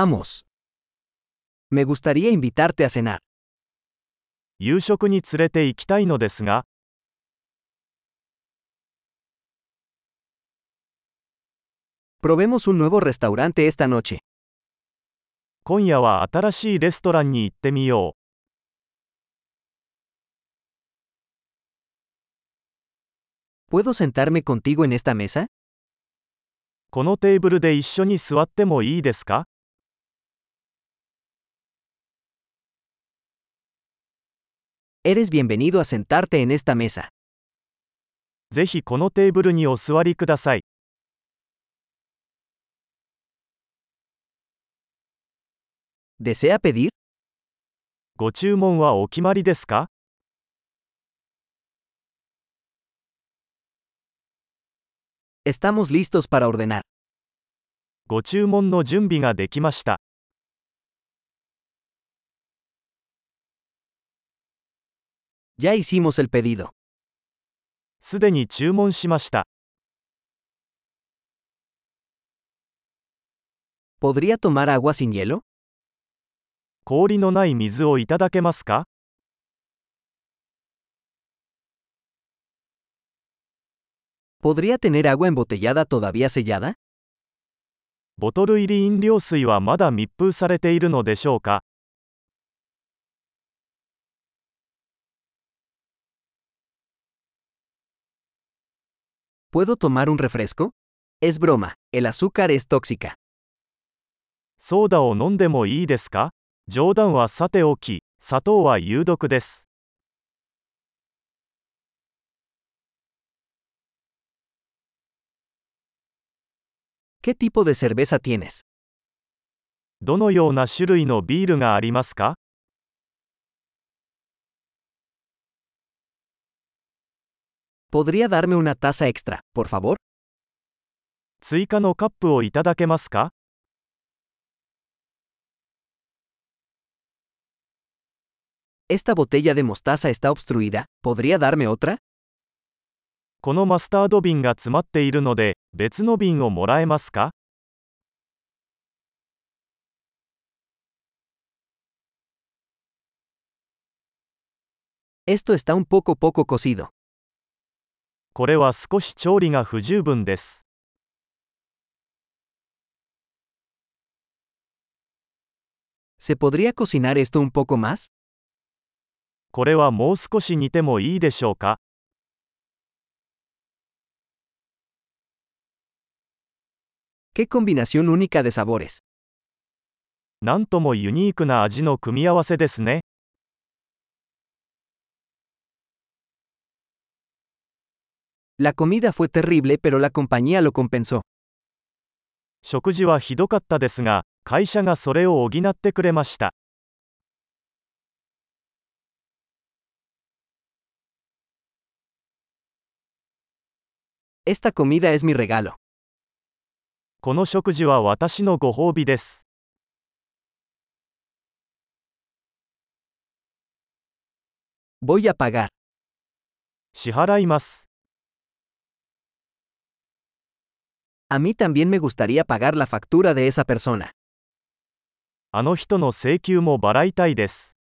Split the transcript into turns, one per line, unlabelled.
Vamos. Me gustaría invitarte a cenar.
夕食に連れて行きたいのですが
Probemos un nuevo restaurante esta noche.
今夜は新しいレストランに行ってみよ
¿Puedo sentarme contigo en esta mesa?
うこのテーブルで一緒に座ってもいいですか
Eres bienvenido a sentarte en esta mesa.
ぜひこのテーブルにお座りください
¿Desea pedir?
ご注文はお決まりですか
Estamos listos para ordenar.
ご注文の準備ができました
Ya hicimos el pedido.
すでに注文しました
¿Podría tomar agua sin hielo?
氷のない水をいただけますか
¿Podría tener agua embotellada todavía sellada?
ボトル入り飲料水はまだ密封されているのでしょうか
¿Puedo tomar un refresco? Es broma, el azúcar es tóxica.
ソーダを飲んでもいいですか冗談はさておき砂糖は有毒です
¿Qué tipo de cerveza tienes?
どのような種類のビールがありますか
¿Podría darme una taza extra, por favor?
追加のカップをいただけますか
Esta botella de mostaza está obstruida, ¿podría darme otra?
このマスタード瓶が詰まっているので別の瓶をもらえますか
Esto está un poco poco cocido.
これは少し調理が不十分です
¿Se podría cocinar esto un poco más?
これはもう少し煮てもいいでしょうか
¡Qué combinación única de sabores!
なんともユニークな味の組み合わせですね
La comida fue terrible pero la compañía lo compensó.
食事はひどかったですが会社がそれを補ってくれました
Esta comida es mi regalo.
この食事は私のご褒美です
Voy a pagar.
支払います
A mí también me gustaría pagar la factura de esa persona.
あの人の請求も払いたいです